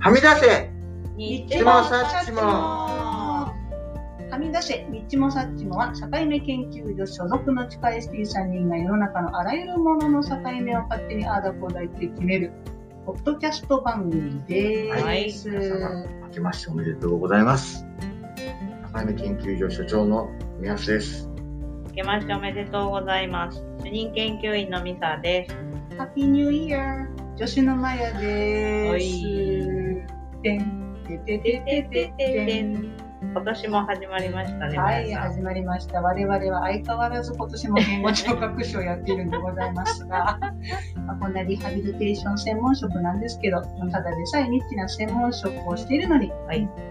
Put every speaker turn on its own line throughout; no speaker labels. はみ出せ
日もさっちもはみ出せ日もさっちもは境目研究所所属の地下 ST3 人が世の中のあらゆるものの境目を勝手にああだこうだ言って決めるポッドキャスト番組です、
皆様明けましておめでとうございます高め研究所所長の宮安です
明けましておめでとうございます。主任研究員のミサです。
ハッピーニューイヤー女子のマヤ
は
で
い
すてんて
てて
てて
て
てて
て
て
て
ん
ん今年も始まりましたね。
はい、
皆さん
始まりました。我々は相変わらず今年も言語聴覚士をやっているんでございますが、まあ、こんなリハビリテーション専門職なんですけど、ただでさえニッチな専門職をしているのに、
い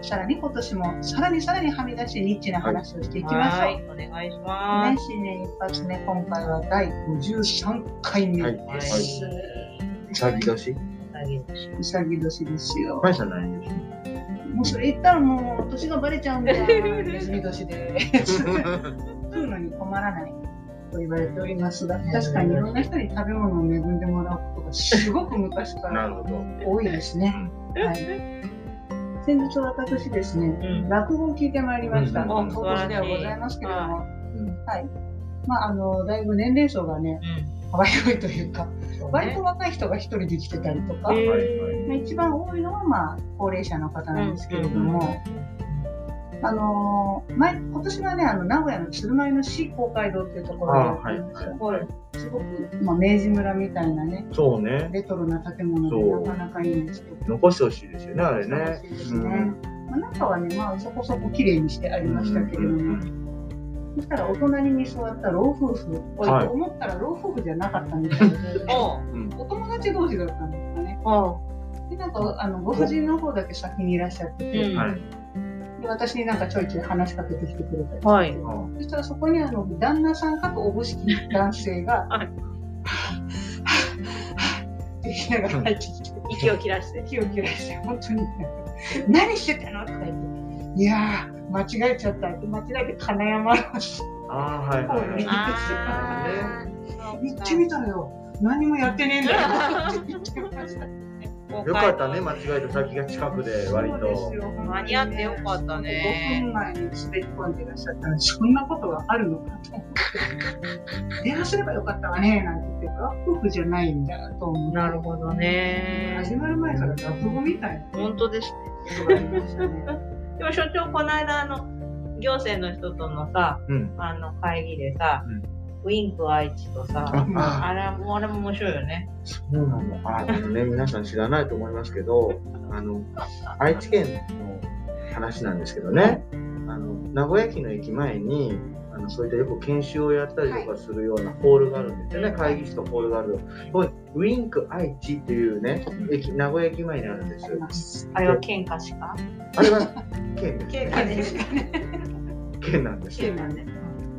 さらに今年もさらにさらにはみ出してニッチな話をしていきましょう。
はい、お願いしま
ね
す。
新年一発目、今回は第53回目
はい
は
で
い
す。
うさぎ年
うさぎ年ですよ。
マイさん何年
もうそれ言ったらもう年がバレちゃうんだよ。ネズミ年です。食うのに困らないと言われておりますが確かにいろんな人に食べ物を恵んでもらうことがすごく昔か
年な
ら
るほど
多いですね。はい、先日私ですね
うん
落語を聞いてまいりました。
うん
もう今年ではございますけれども、
うん
まああのだいぶ年齢層がね
うん
幅広いというか、
そうね
割と若い人が一人で来てたりとか、
へー
まあ一番多いのはまあ高齢者の方なんですけれども。あのー前今年はねあの名古屋の鶴舞の市公会堂っていうとこ
あ
ろで
はいはい
すごい。
すごく、まあ、明治村みたいなね
そうね
レトロな建物
そう
でなかなかいいんですけど、
残してほしいですよねあれね
楽しいですねまあ、中はね、まあ、そこそこ綺麗にしてあ
う
り
ん
ましたけれども、
うん
そしたらお隣に座った老夫婦、おい
はい
思ったら老夫婦じゃなかったみたいで
お
うん
お友達同士だったんですかね
お
でなんかあのご婦人の方だけ先にいらっしゃってて、
うん
はい
で私になんかちょいちょい話しかけてきてくれたりして、
はい
あ
そしたらそこにあの旦那さんかとおぼしき男性が、
はい
はぁはぁはぁって言いながら入ってきて、
息を切らして。
火を切らして、本当に、何してたのとか言って、いやー、間違えちゃったって、間違えて金山のし、
あーはいはいはい
あー
行ってみたのよ、何もやってねえんだよって言って ました。
よかったね間違えた先が近くで割
そうです
と
よ
間に合ってよかったね
5分前に滑り込んでいらっしゃったら、そんなことがあるのかと思って。電話すればよかったわね、なんて言って、あ、夫婦じゃないんだと思って。
なるほど
始
ね。
まる前から落語みたいな
本当ですね。
ことがありましたね。
でも所長、この間、あの、行政の人とのさ、
うん
あの会議でさ、
うん
ウィンク愛知とさ、
ああ
あれも、あれも面白いよね。
そうなの。ああのね、皆さん知らないと思いますけど、あの、愛知県の話なんですけどね、あの、名古屋駅の駅前に、あのそういったよく研修をやったりとかするようなホールがあるんですよね、会議室とホールがあるここウィンク愛知っていうね駅名古屋駅前にあるんです
あります。
あれは喧嘩しか
あれは 県ですね
喧嘩ですかね。
県なんです
綺麗なんで。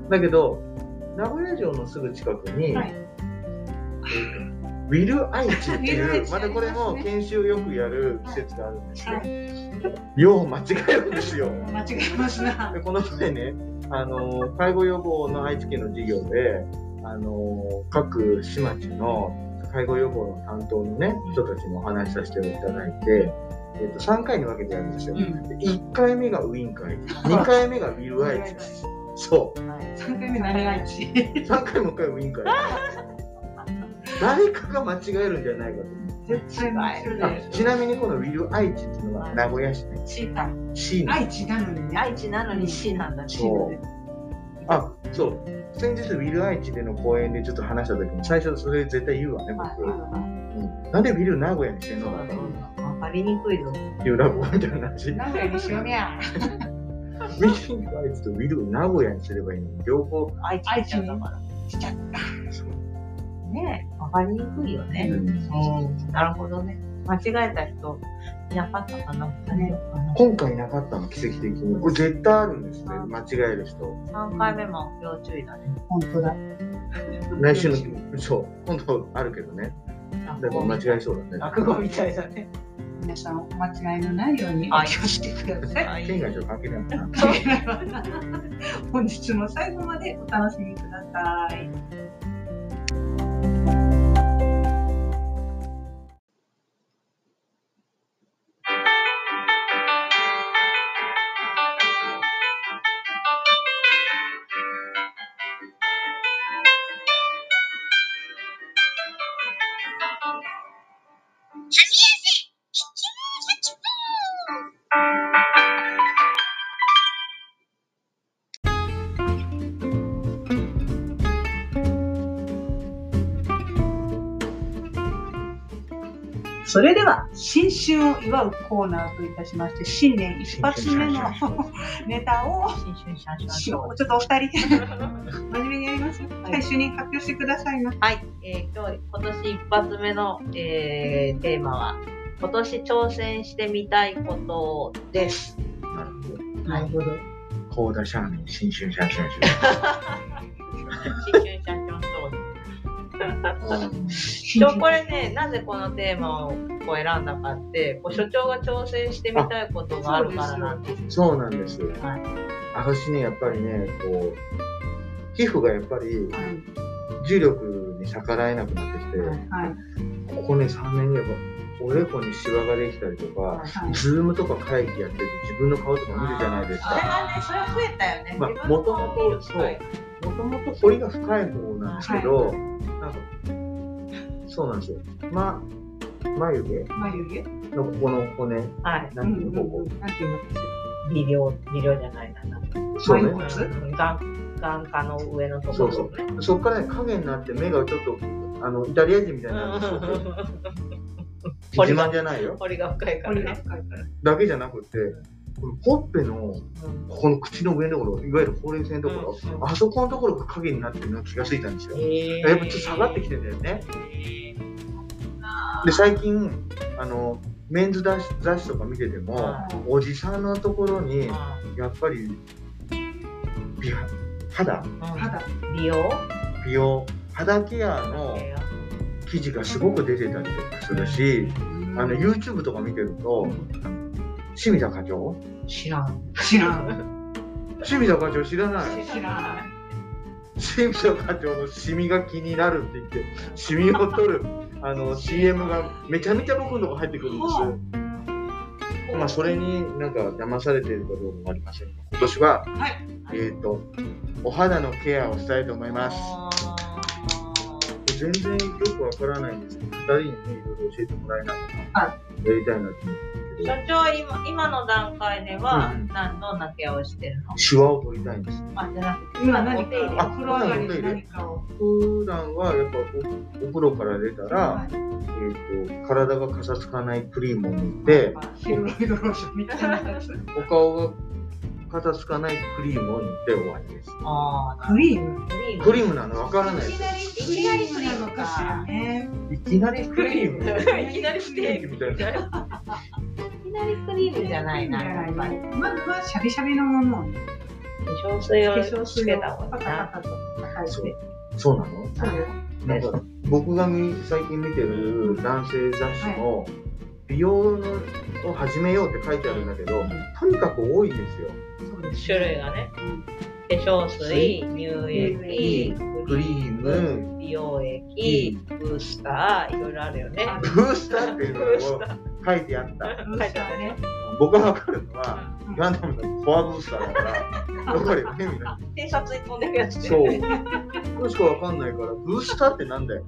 だけど名古屋城のすぐ近くに、
はい
ウィル愛知って
ウィル
い
愛
う
知
またこれも研修よくやる施設があるんですよ、
は
よう間違えるんですよ
間違えますな。
でこの前ねあの介護予防の愛知県の事業であの各市町の介護予防の担当のね人たちのお話しさせていただいて、えっと3回に分けてやるんですよ、
うん。
で1回目がウィン会2回目がウィル愛知そう
三回目なれないし。
何回もう一回ウィ ンカーやる誰かが間違えるんじゃないか
絶対ない。
とあちなみにこのウィル・愛知っていうのは名古屋市ね
チーター。
市の
愛知なのにね。
愛知なのに市なんだし。
そうあそう先日ウィル・愛知での講演でちょっと話した時に最初それ絶対言うわね僕、うんなんでウィル名古屋にしてんのかと
わかりにくいぞ。
いうラブコみたいな話ウ
名古屋にしようみゃ。
ィル・愛知とウィル・名古屋にすればいいのに両方
愛知ちゃだから。
来ちゃっ
ねえ、わかりにくいよね。うん。なるほどね。間違えた人、いなかったかな
ね
今回なかったの奇跡的にこれ絶対あるんですね
あ
間違える人
三回目も要注意だね。
た。本当だ。
来週のそう今度あるけどねだから間違えそうだね
落語みたいだね。
皆さんお間違いのないようにお気をつけください。
県外と関係ないかな。
本日も最後までお楽しみください。それでは新春を祝うコーナーといたしまして新年一発目のネタを
新春シャン
し
シャン
ようちょっとお二人真面目にやりますはい、一緒に発表してくださいな
はい、えー、今日今年一発目の、えー、テーマは今年挑戦してみたいことです。
なるほど。
はい
ほど
高田シャーメン、新春シャンシャンシ
新春シャンシャンそう
新
今日
春
これね、なぜこのテーマをこう選んだかって、こう所長が挑戦してみたいことがあるからなんです。
ャン。そうなんです。
はい
私ね、やっぱりね、こう、皮膚がやっぱり重力に逆らえなくなってきて、
はい
はい
ここね、3年ぐらい、おでこにシワができたりとか、
はい
ズームとか会議やってると自分の顔とか見るじゃないです
それ
か。
はね、それは増えたよね。
まあ
自分の顔を見る機会が
もともと彫りが深い方なんですけど、なんか、そうなんですよ。ま、眉毛
眉毛
のここの骨、
はい。
なんていうの、こ
なんていうの
微量、微量じゃないな。なんか
こ。そうね。
骨
うん眼眼科の上のところ
そうそうそこからね、影になって目がちょっと、あの、イタリア人みたいになるんですよ。
彫
自
りが
慢じゃないよ。
彫りが深いか
彫りが
らね。
深いから
だけじゃなくて、このほっぺの、
うん
ここの口の上のところ、いわゆるほうれい線のところ、
うん
あそこのところが影になってるの気がついたんですよ。
え
だいぶちょっと下がってきてんだよね。で、最近、あの、メンズ雑誌雑誌とか見てても、おじさんのところに、やっぱり、美肌、
肌
美容
美容、肌ケアの記事がすごく出てたりとかするし、あの YouTube とか見てると、清水課長
知らん。
知らん
清水課長知らない
知らない
清水課長のシミが気になるって言ってシミを取 るあの CM がめちゃめちゃ僕のとこ入ってくるんですよまあそれになんか騙されているかどうかもありませんが今年は、
はい
えっ、とお肌のケアをしたいと思います全然よくわからないんですけど2人にねいろいろ教えてもらいながら
は
やりたいなと思ってるん
所
です
長今今の段階では、
うん
なんどんなケアをしてるの？
けどシワを取りたいんです
あじゃなくて
今何か
あ
お風呂上がりに何かを
普段はやっぱおお風呂から出たら、
はい
えー、と体がかさつかないクリームを塗って
ヒロイドローションみたいなやつ
お顔がかさつかないクリームを塗って終わりです
あ
クリーム
ークリーム
クリームなのわからないで
いきなり
クリームなのかしらね
すいきなりクリーム
いきなりクリーム
みたいない
きなりクリームじゃないなやっぱり。
まずはシャビシャビのものをね
化粧水
化
を
粧
つ
水
け
を
た方が
パカ
いい
パ
な。
カと叩いて
そうなの
そうよ
なんか僕が見最近見てる男性雑誌の美容のを始めようって書いてあるんだけど
うん
とにかく多いんですよ
そうです
種類がね、化粧水、乳液、
クリーム
美容液、ブースター、いろいろあるよね。
あ
ブースターっていうのを書いてあった
ブースターね
僕がわかるのは
うん
ガンダムのフォアブースターだから、やっぱり変になる。
T シャツに飛んでるやつで、
そう。これしかわかんないから、ブースターってなんだよ。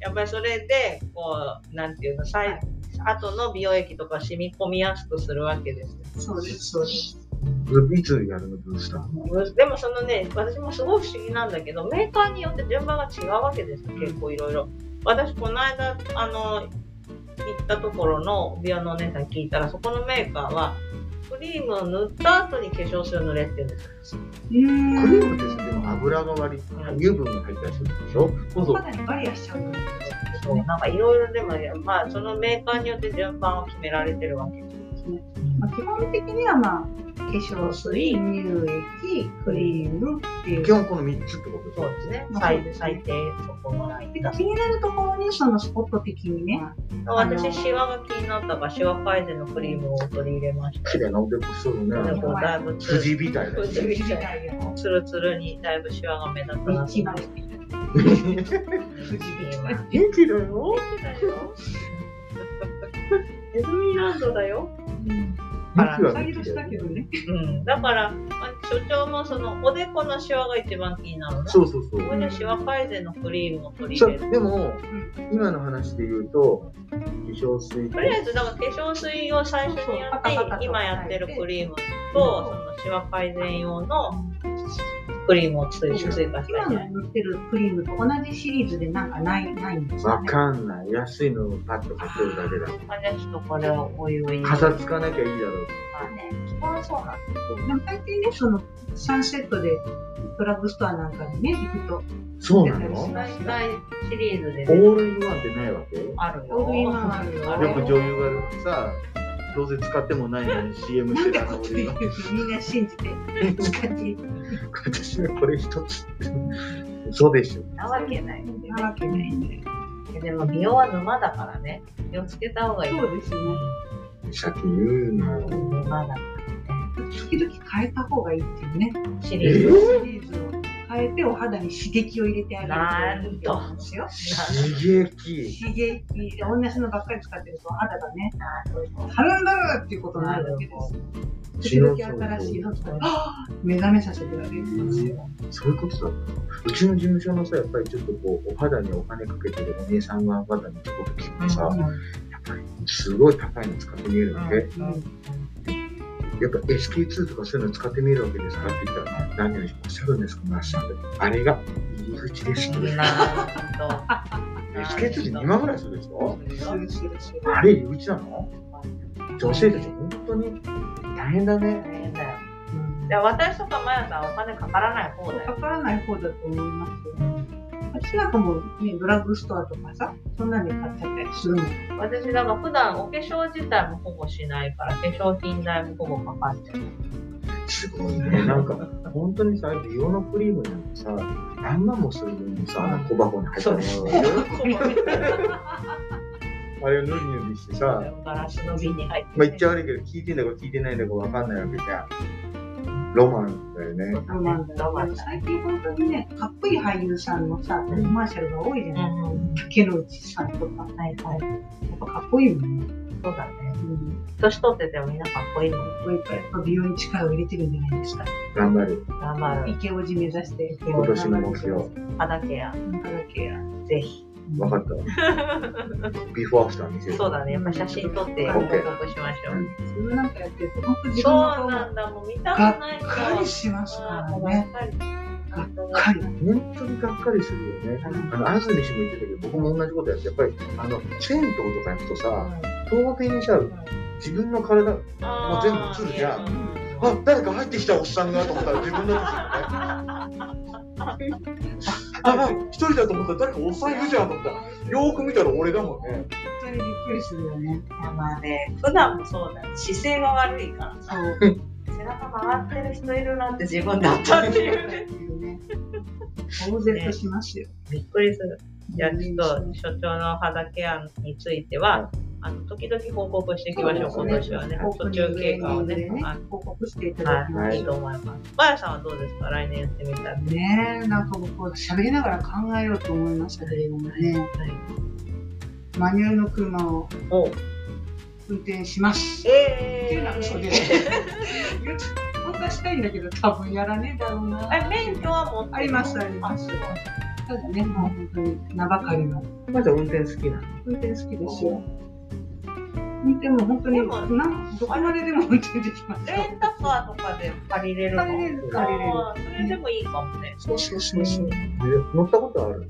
やっぱりそれでこうなんていうのさい後の美容液とか染み込みやすくするわけですよ
そうですそうです
いつやるの、ブースター。
でもそのね私もすごい不思議なんだけどメーカーによって順番が違うわけですよ結構いろいろ私この間あの行ったところの美容のお姉さんに聞いたらそこのメーカーはクリームを塗った後に化粧水を塗れって言うんですよ
うー
クリーム
ん
ってさ、でも油が割り、油分が入ったりするでしょそうそう。
肌にバリアしちゃうの
そうなんかいろいろでもねまあそのメーカーによって順番を決められてるわけですね
まあ基本的にはまあ化粧水乳液クリームっていう
基本この3つってこと
そうですね最最低そこのライン
で
だ
気になるところにそのスポット的にね、
私、シワが気になったから、シワ改善のクリームを取り入れました。
綺麗なおでこしとる
で
ね。
もだいぶつ
筋みたいだ
筋
し。
みたいなつるつるにだいぶシワが目立たな くなってきて。今
元気だよ。
ディズニーランドだよ。
ミ
あ
キ
ら
は
下げ
ミ
年
キ
だ
だ
け
よ
どね。
うん、だから、まあ所長もそのおでこのシワが一番気になるの。
そうそうそう。
ここでシワ改善のクリームを取り
そ
入れる。
うでも、今の話で言うと、化粧水
とりあえず、だから化粧水を最初にやって、今やってるクリームと、そのシワ改善用のクリームを追加したり
今の塗ってるクリームと同じシリーズでなんかないないんですか
わ
ね。
かんない。安いのをパッと買ってるだけだ。
あじゃあちょっとこれをおいおい。
かさつかなきゃいいだろう。
まあね、基本そうなんです
でも大抵ね、そのサンセットでドラッグストアなんかにね、行くと、
そうな
う
の
ん
大体シリーズで
オ
ね
ールインワンってないわけよ
あるよ。
オールインワンあるよ
あれ
く女優がさ、どうせ使ってもないのに CM
な
して
んて
た
こ
の
と言う
俺
けどみんな信じて使っていく
私はこれ一つって。嘘でしょ。
なわけないんで
なわけないんで。
ね。でも美容は沼だからね。気をつけた方がいい。
そうですね。
さっき言うなよ。
沼だ。
時々変えた方がいいっていうね、
シ
え
リーズ。
シリーズを変えてお肌に刺激を入れてあげるっていうことですよ。
刺激。
刺激で同じのばっかり使ってるとお肌がね、たるんだるっていうことになるわけです。時々新しいの使って、あー目覚めさせてあげるんですよ。
そういうことだったのうちの事務所のさ、やっぱりちょっとこう、お肌にお金かけてるお姉さんが方にちょこっと聞くとさ、やっぱりすごい高いの使ってみえるわけ。やっぱ SK2 とかそういうの使ってみるわけですかって言ったら、何をおっしゃるんですか、マッシャーで。あれが入り口ですと。SK2 って2万ぐらいするでしょあれ入り口なの女性たち本当に大変だね。
じゃあ私とかマヤさんはお金かからない方だ
か
よ。
からない方だと思いますよ。私なんかもうね、ドラッグストアとかさ、そんなに買っちゃったりするの。
私だから普段お化粧自体もほぼしないから化粧品代もほぼかかっちゃう。
すごいね。なんか本当にさ、美容のクリームなんてさ、何万もするのにさ、あの小箱に入ったものがいるあれをヌリヌリしてさ、
ガラスの瓶に入って
まあ、言っちゃ悪いけど、聞いてんだか聞いてないんだかわかんないわけじゃん。ロマンだよね。
そうなんだよ。最近本当にね、かっこいい俳優さんのさ、コマーシャルが多いじゃ
う
ない。
んうん。
竹野内さんとか、や
はいはい。
っぱかっこいいもんね。
そうだね。
うん、
年取っててもみんなかっこいいもん。
かっこいいから、やっぱ美容に力を入れてるんじゃないですか。
頑張る。
頑張る。
イケオジ目指して、
今年の目標。
肌ケア、
なんだっけや。
ぜひ。
分かったわ。ビフォーアフター見せる。
そうだね。やっぱ写真撮って報告しましょう。
それなんかやってると、本当自
そう
分の顔が
なんだ。もう見たく
がっ
ない
かりしますからね。
がっ
か
か
り
り。
本当にがっかりするよね。あの、安住氏も言ってたけど、僕も同じことやって、やっぱり、あの、銭湯とか行くとさ、遠目にしちゃう。自分の体、もう全部映るじゃんあ、誰か入ってきたおっさんがと思ったら自分のやつだよね。あ、一人だと思ったら誰かおっさんいるじゃんと思ったら、よーく見たら俺だもんね。
本当にびっくりするよね。
まあね、普段もそうだよ。姿勢が悪いから。
そう。
背中曲がってる人いるなって自分だったっていうね。
大絶対しますよ。
びっくりする。じゃあちょっと所長の肌ケアについて
は
は、あの時々報告していきましょう、
そう
今
です
年
ね
はね
はい。
途中経過をね。あ
報告していただきま
はい、い
し
い
ょ
と思います。ばやさんはどうですか来年やってみたら。
う。ねえ、なんか僕は喋りながら考えようと思いましたけれどもね、マニュアルの車を
お
運転します。
え
っていうのは嘘で。言うと本当はしたいんだけど、多分やらねえだろうな。
え、免許は持ってる
あります、あります。ただね、もう本当に名ばかりの
まず運転好きなの。
運転好きですよ。運転も本当に
でも
なんどこまででも運転できますよ。
レンタカーとかで借りれるの
借りれる借りれる
あーそれでもいいかもね。
そうそうそうそう。
え乗ったことある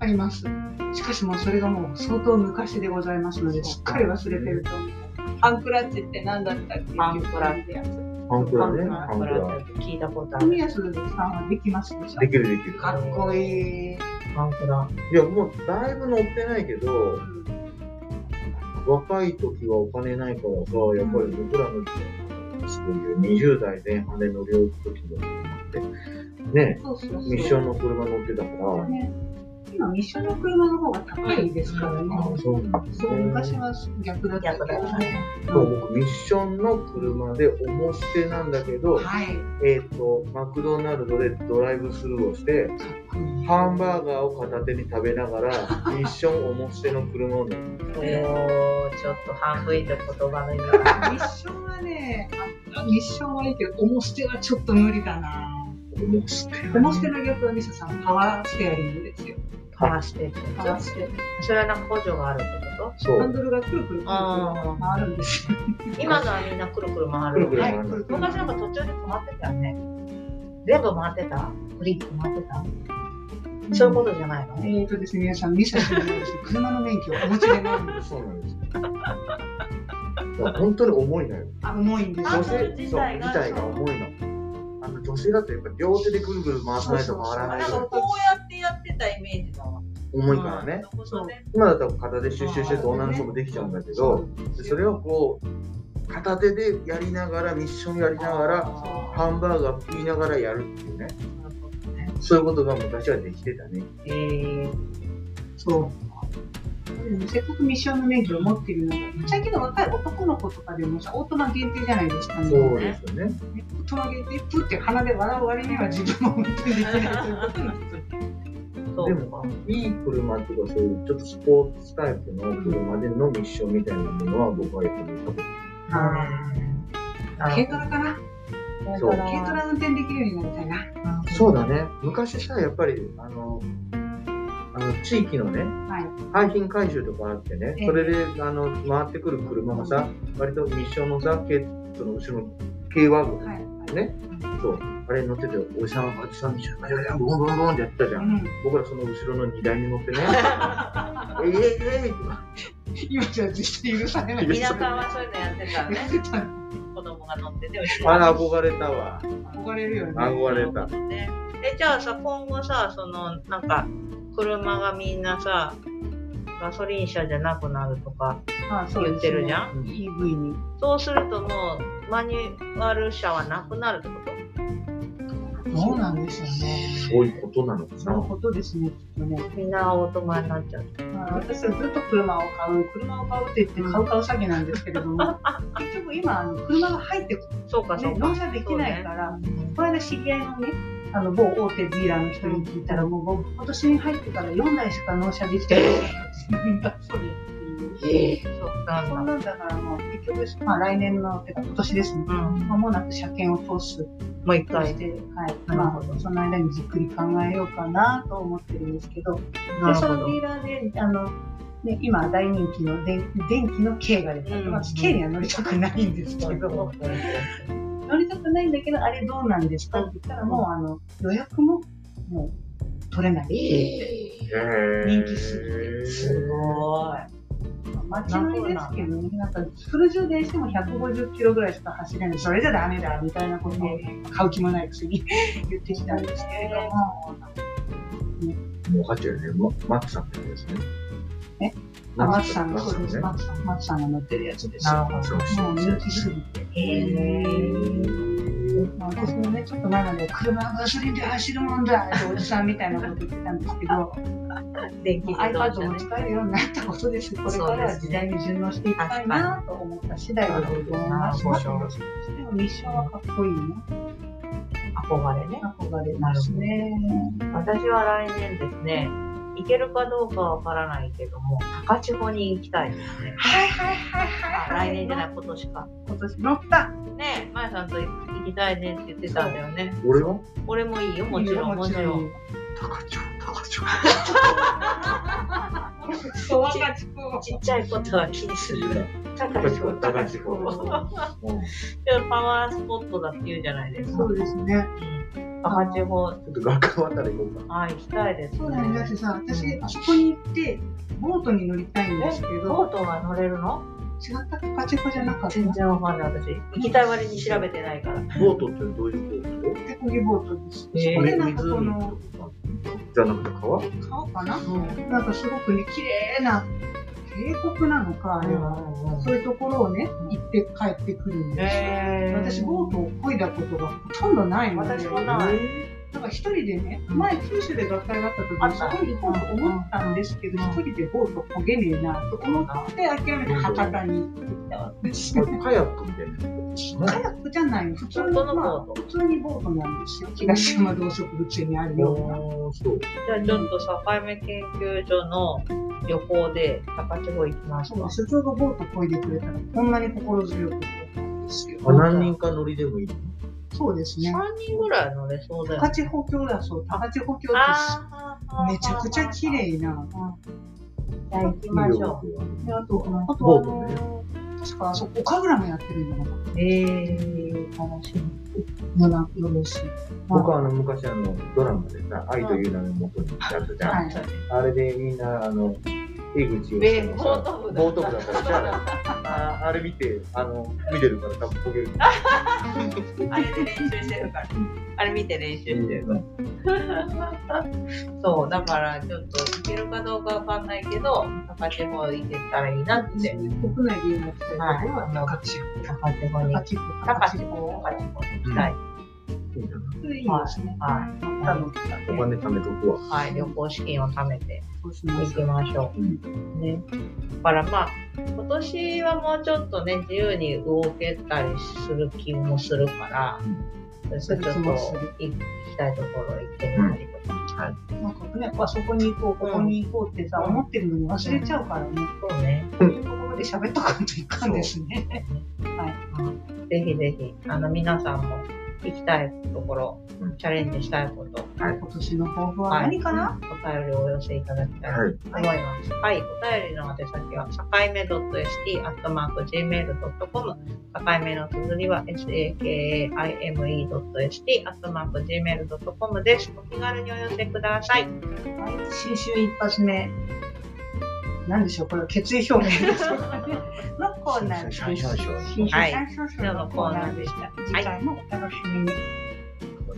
あります。しかしもうそれがもう相当昔でございますので、すっかり忘れてると思う。ハンクラッチって何だったっけ
ハンクラッ
チやつ。
ハンクラね。
ハ
ハ
ン
ン
ク
ク
ラ
ラ。
って聞いたことある。
宮鈴さんはできますでしょ
できるできる。
かっこいい。
ハンクラ。
いや、もうだいぶ乗ってないけど、若い時はお金ないからさ、やっぱり僕らの時代、そういう20代前半で乗り置く時のって、ね、
そうそうそう。
ミッションの車乗ってたから、
ね今ミッションの車の方が高いですからね。
あそうなんです
そう
ね。
昔は逆だったけど
逆だったね
そう僕ミッションの車でおってなんだけど、
はい。
えっ、と、マクドナルドでドライブスルーをして、
かっこいい。
ハンバーガーを片手に食べなが ら、ミッションおもしての車を乗る。
おー、ちょっと半分以上言葉の意味が。
ミッションはね、あミッションはいいけど、おもしてはちょっと無理だな。
おもして。
おもしての逆はミサさん、パワーステアリングですよ。
かわしてって
パワーステアリング。
それはなんか補助があるってこ
そ
ハン
う。
ドルがくるくるくるくる回るんですよ。
と今のはみんなくるくる回
くるく
る。
る
は
回
い
る
くるくる
昔なんか途中で止まってたよね。全部回ってたクリップ回ってたそういうことじゃないのね。
えっ、ー、とですね、皆さん、ミサさんはですね車の免許をお持ちでないんです。
そうなんです よ。いや本当に重いのよ。
あ、重いんです
女
あ
よ。
そう
性
自
そう
体が
自体が重いの。あの女性だとやっぱ両手でぐるぐる回さないと回らな
な
んい
か
の
こうやってやってたイメージだわ。
重いからね。
うん。そうね
今だったら片手シュッシュッシュッと女の人もできちゃうんだけど、でそれをこう片手でやりながらミッションやりながら
あ
ハンバーガー食いながらやるっていうね
ーなるほどね
そういうことが昔はできてたね
えー
そう。せっかくミッションの免許を持ってるのに最近の若い男の子とかでもさ、オートマ限定じゃないですかね。
そうですよね
オートマ限定、プって鼻で笑う割には自分も運転できないということなんですよ。
そうか。
いい車っていうかそういうちょっとスポーツタイプの車でのミッションみたいなものは僕はよく見たこと
あ
軽トラかな
そう
軽トラ運転できるようになりたい
そうだね昔さやっぱりあのあの地域のね
な。はい。
廃品回収とかあってね
ええ
それであの回ってくる車がさ割とミッションのさ軽その後ろの軽ワゴン
はい。
ねそう、あれに乗ってて、おじさん、おじさん、じゃあ、ボンボンボンってやってたじゃ。
うんん、
僕らその後ろの荷台に乗 ってね、えいえいえいって
今じゃ実際許されない
い
で
や
田
す
舎はそういうのやってたね。
やってたの
子供が乗ってて、
あら、憧れたわ。
憧れるよね。
憧れた。
ね。え、じゃあさ、今後さ、その、なんか、車がみんなさ、ガソリン車じゃなくなるとか
まあ、そ
言ってるじゃん。
うん
EV に。
そうするともう、マニュアル車はなくなるってこと
どうなんですよね。
そういうことなのか
そういう
な。
ことですね、きっとね。
みんなオートマになっちゃう。
まあ、私はずっと車を買う、車を買うって言って買う買う詐欺なんですけれど も、結局今、あの車が入ってこ
そうか、そ
ね
う、か。
納車できないから、
うん
この間知り合いのね、あの某大手ディーラーの人に聞いたら、もう今年に入ってから4台しか納車できて ないんだそうです。
そうな
そん
んだ。
なんだからもう結局、まあ、来年の、てか今年ですね、
うん。
まもなく車検を通す
もう一
と
回
し。て、はい
なるほ
ま
ど
あ、その間にじっくり考えようかなと思ってるんですけど、
な
で
るほ
その
ど
デ。ィーラーであの、ね、今大人気の電電気の軽が出た、
うん
まあ、軽には乗りたくないんですけど、乗りたくないんだけどあれどうなんですかって言ったらもうあの予約ももう取れない、人気すぎて
すごい。
まあ街乗りですけどねなんかフル充電しても150キロぐらいしか走れないそれじゃダメだみたいなことを買う気もないくせに 言ってきたんですけれども、
もうハチよりね、まマッツさんってやつね。
えあ
マッ
松
ツ
さ
さん
ん
マ
の
ッツ
そうで
さ
す
んね。
松さん松さんが乗ってるやつです
なる
も
ほ
そう
う人気すぎて。まあ、私もね、ちょっと前まで車はガソリンで走るもんだっておじさんみたいなこと言ってた んですけど、
電気自動
iPad
車
を
ね。
使えるようになったことです。これからは時代に順応していきたいなと思った次第だと思います。
そうですね
でもミッションはかっこいいね。
憧れね。
憧れますね。
私は来年ですね、行けるかどうかはわからないけども、高千穂に行きたいですね。
はいはいはい
あ
はい。。
来年じゃないい、今年か。
今年乗った。
ねえ、まやさんと行きたいねって言ってたんだよね。
俺は
俺もいいよ、もちろん、もちろん。。
高千穂、高千
そう、若ちこ。
ちっちゃいことは気にする。
穂。
高千穂、
高
高
千
千
穂
穂。
うん
パワースポットだって言うじゃないですか。
そうですね。
うん高千穂、
ちょっと学科渡り行こうか。
あ、行きたいですね。
そうだね。だってさ、私、あそこに行って、ボートに乗りたいんですけど、
ボートが乗れるの
違ったっけパチコじゃなかった。
全然わかんない、私。行きたい割に調べてないから。
ボートってどういうボート
手漕ぎボートです。
へー
そこでなんかこの、
じゃなくて川
川かな、なんかすごくね、綺麗な渓谷なのか、あれは。そういうところをね、行って帰ってくるんですよ。
へ
私、ボートを漕いだことがほとんどないので、
私も
な
ない。
んか一人でね、前九州で学会があった時
あ
に、
っ
そ
た
こに行こうと思ったんですけど、一人でボート漕げねえなと思って、諦めて博多に行ってきたわけです。
これカヤックみたいなやつですね
カヤックじゃないの、普通
本当の
の、まあ
ボート。
普通にボートなんですよ。東山動植物園にあるような。
おーそう。
じゃあちょっと境目研究所の旅行で高千穂行きまし
そう
ょ
で
う。
す。普通がボート漕いでくれたら、こんなに心強く思ったんですよ。
あ何人か乗りでもいい。
そうですね。
3人ぐらい乗れそうだよ
高
ね。
千穂峡だそう。高千穂峡って
あ
めちゃくちゃ綺。麗な。
じゃあ行きましょ
であと、あと
ボー
あ
トね
の、確かあそこ、岡倉もやってるんだな。
う。えー、楽しみ。
のがよろしい。
僕はあの昔あのドラマでさ「愛という名のもとに」やったじゃん、
はい。
あれでみんなあの江口を
え冒頭部だ
冒頭部だったじゃああれ見てあの見てるから多分焦げる
あれで練習してるから。あれ見て練習してるから。そう、だからちょっと行けるかどうかわかんないけど、高千穂行けたらいいなって。
国内で言うのって、
はい
各地
高千穂に。
各地
高千穂、高千穂に行きたい。
いいですね。
はい。
他の方
お
で。
金貯めとくわ
はい、旅行資金を貯めて
そうし
行
ます
きましょ
うん
う。ね。だからまあ、今年はもうちょっとね、自由に動けたりする気もするから、それちょっと行きたいところ行ってみたりとか。はい。
なんかね、あそこに行こう、ここに行こうってさ、
うん
思ってるのに忘れちゃうからね。
そうね。
こういうところで喋っとかんといかんですね。
ぜひぜひ、あの、皆さんも行きたいところ、
うん
チャレンジしたいこと、
今年の抱負は何かな、
お便りをお寄せいただきたい
はい
と思います。はい、お便りの宛先は、さかいめ .st.gmail.com、さかいめの綴りは、sakaime.st.gmail.com です。お気軽にお寄せください。
はい新春一発目。なんでしょう、これは決意表明ですかね。のコーナーです。
新春三章
新
はい
春三章
今日の
の
コ
コ
ー
ー
ナ
ナ
ー
ー
で
で
し
したた。次回もお楽しみに。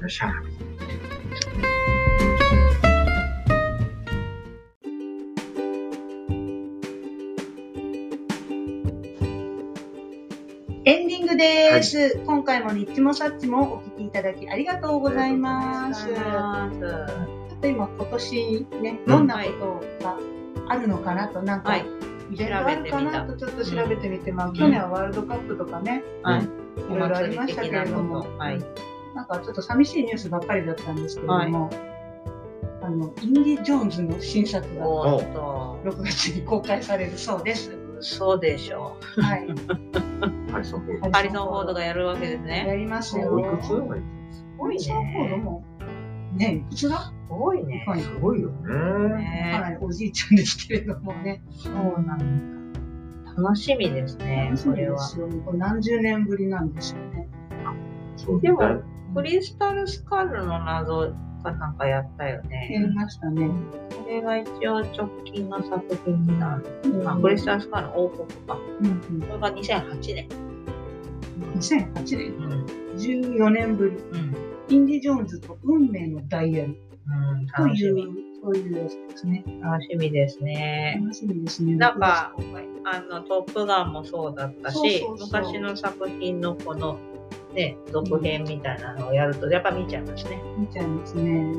よっしゃ
エンディングです。今回もニッチもサッチもお聞きいただきありがとうございます。ちょっと今今年ね、どんなことがあるのかなと、なんか、
はい
イベントあるかなとちょっと調べてみて、まあ去年はワールドカップとかね、
はい。
いろいろありましたけれども、
はい。
なんかちょっと寂しいニュースばっかりだったんですけれども、あの、インディ・ジョーンズの新作が
おーっと、
6月に公開されるそ うです。
そうでしょう。
はい。
はいそうそう
ハリソン・フォードがやるわけですね。
やりますよ。
おいくつ
ハリソンフォードも、ね、いくつだ
すごいね。
はい
すごいよね
かな
ね
りおじいちゃんですけれどもね。
そうなんだ。楽しみですね
楽、し
こ
み
れ
で
は。
すよ。これ何十年ぶりなんですよね。
そう
でも
だ
クリスタルスカルの謎かなんかやったよね。
やりましたね。
これが一応直近の作品になる。あ、クリスタルスカルの王国か。こ
うんうん
れが2008年。
2008年、
うん。
14年ぶり、
うん。
インディ・ジョーンズと運命のダイヤル
うん、
と
楽
い
しみ。
う、そういうやつですね。
楽しみですね。
楽しみですね。
なんか、あの、トップガンもそうだったし、
そうそうそう
昔の作品のこの、ね、続編みたいなのをやると、やっぱ見ちゃいますね。
見ちゃいますね。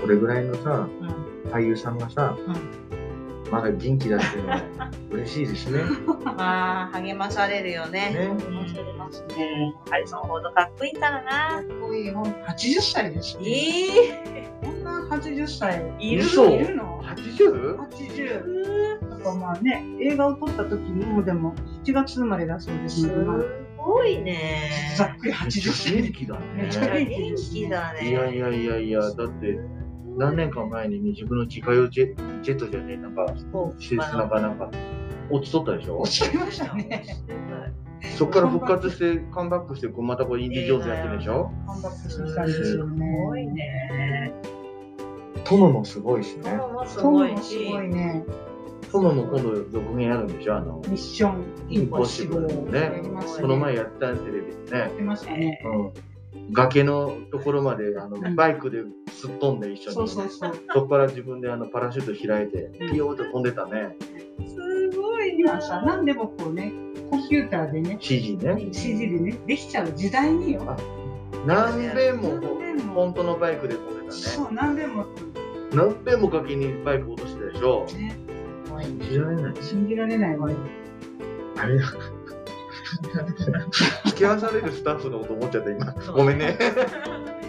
これぐらいのさ
うん
俳優さんがさまだ元気だっていうのは 嬉しいですね
ま あ、励まされるよね。
ね
話されます
う
ね。
んハリソン・フォードかっこいいから
か
な
っ。こいい。ほん80歳ですね。
え
こんな80歳
い
る
いるの
80?
80なんかまあね映画を撮った時にもでも7月生まれだそうです
す
ので、まあ
ごいね。
ざっくり80歳
元気だ
めっちゃ
ね
元
元気だね。
いやいやいやいやだって何年か前にね自分の自家用ジェジェットじゃねえなんか
そう
施設なんかなんか落ちとったでしょ
落ちてましたね。
そっから復活してカムバックしてこうまたこうインディ・ジョーンズやってるでしょ
カムバックしてきたんですよね
すごいね。
殿もすごいしね
友もす
ト
ご
ム
い
もす
し。
ごいね
殿も今度続編やるんでしょあの
ミッションイ
イ
ン
ン
ポ
ポ
ッ
ッ
シ
シ
ブ
ブ
ル
ル
や
ね
りますね
この前やったテレビでね、
やりましたね
うん、崖のところまであの
うん
バイクですっ飛んで一緒に、
そうそうそう
そこから自分であのパラシュート開いて
うん
ピヨーって飛んでたね
すごい
今さ何でもこうねコンピューターでね
CG ね
CG でねできちゃう時代によ
何べんもこ
何べ
う
んも
本当のバイクで飛んでたね
そう何でも
何べんも崖にバイク落としてたでしょ
ね
信じられない
信じられないわよ
あれ付き合わされるスタッフのこと思っちゃった今ごめんね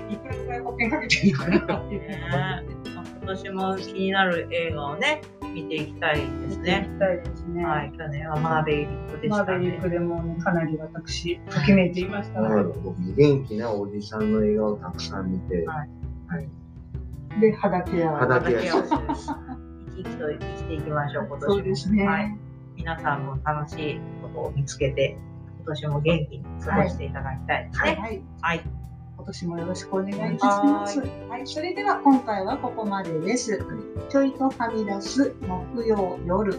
いくらぐらい保険かけてるのかなっていうのが
ね今年も気になる映画をね、見ていきたいですね。
見たいですね
はい、去年はマーベリックで
マ
し
ー
た
ベリッ
ね。
クでもかなり私、ときめいていました
な
の
るほど元気なおじさんの映画をたくさん見て、
はい
はい
で、肌ケアを。
肌ケア
生き生きと生きていきましょう、今年も。
そうですね。
はい皆さんも楽しいことを見つけて、今年も元気に過ごしていただきたいですね。
はい。
はい。
今年もよろしくお願いいたします。はい。それでは今回はここまでです。ちょいとはみ出す木曜夜。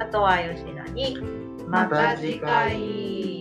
あとは吉田に、また次回。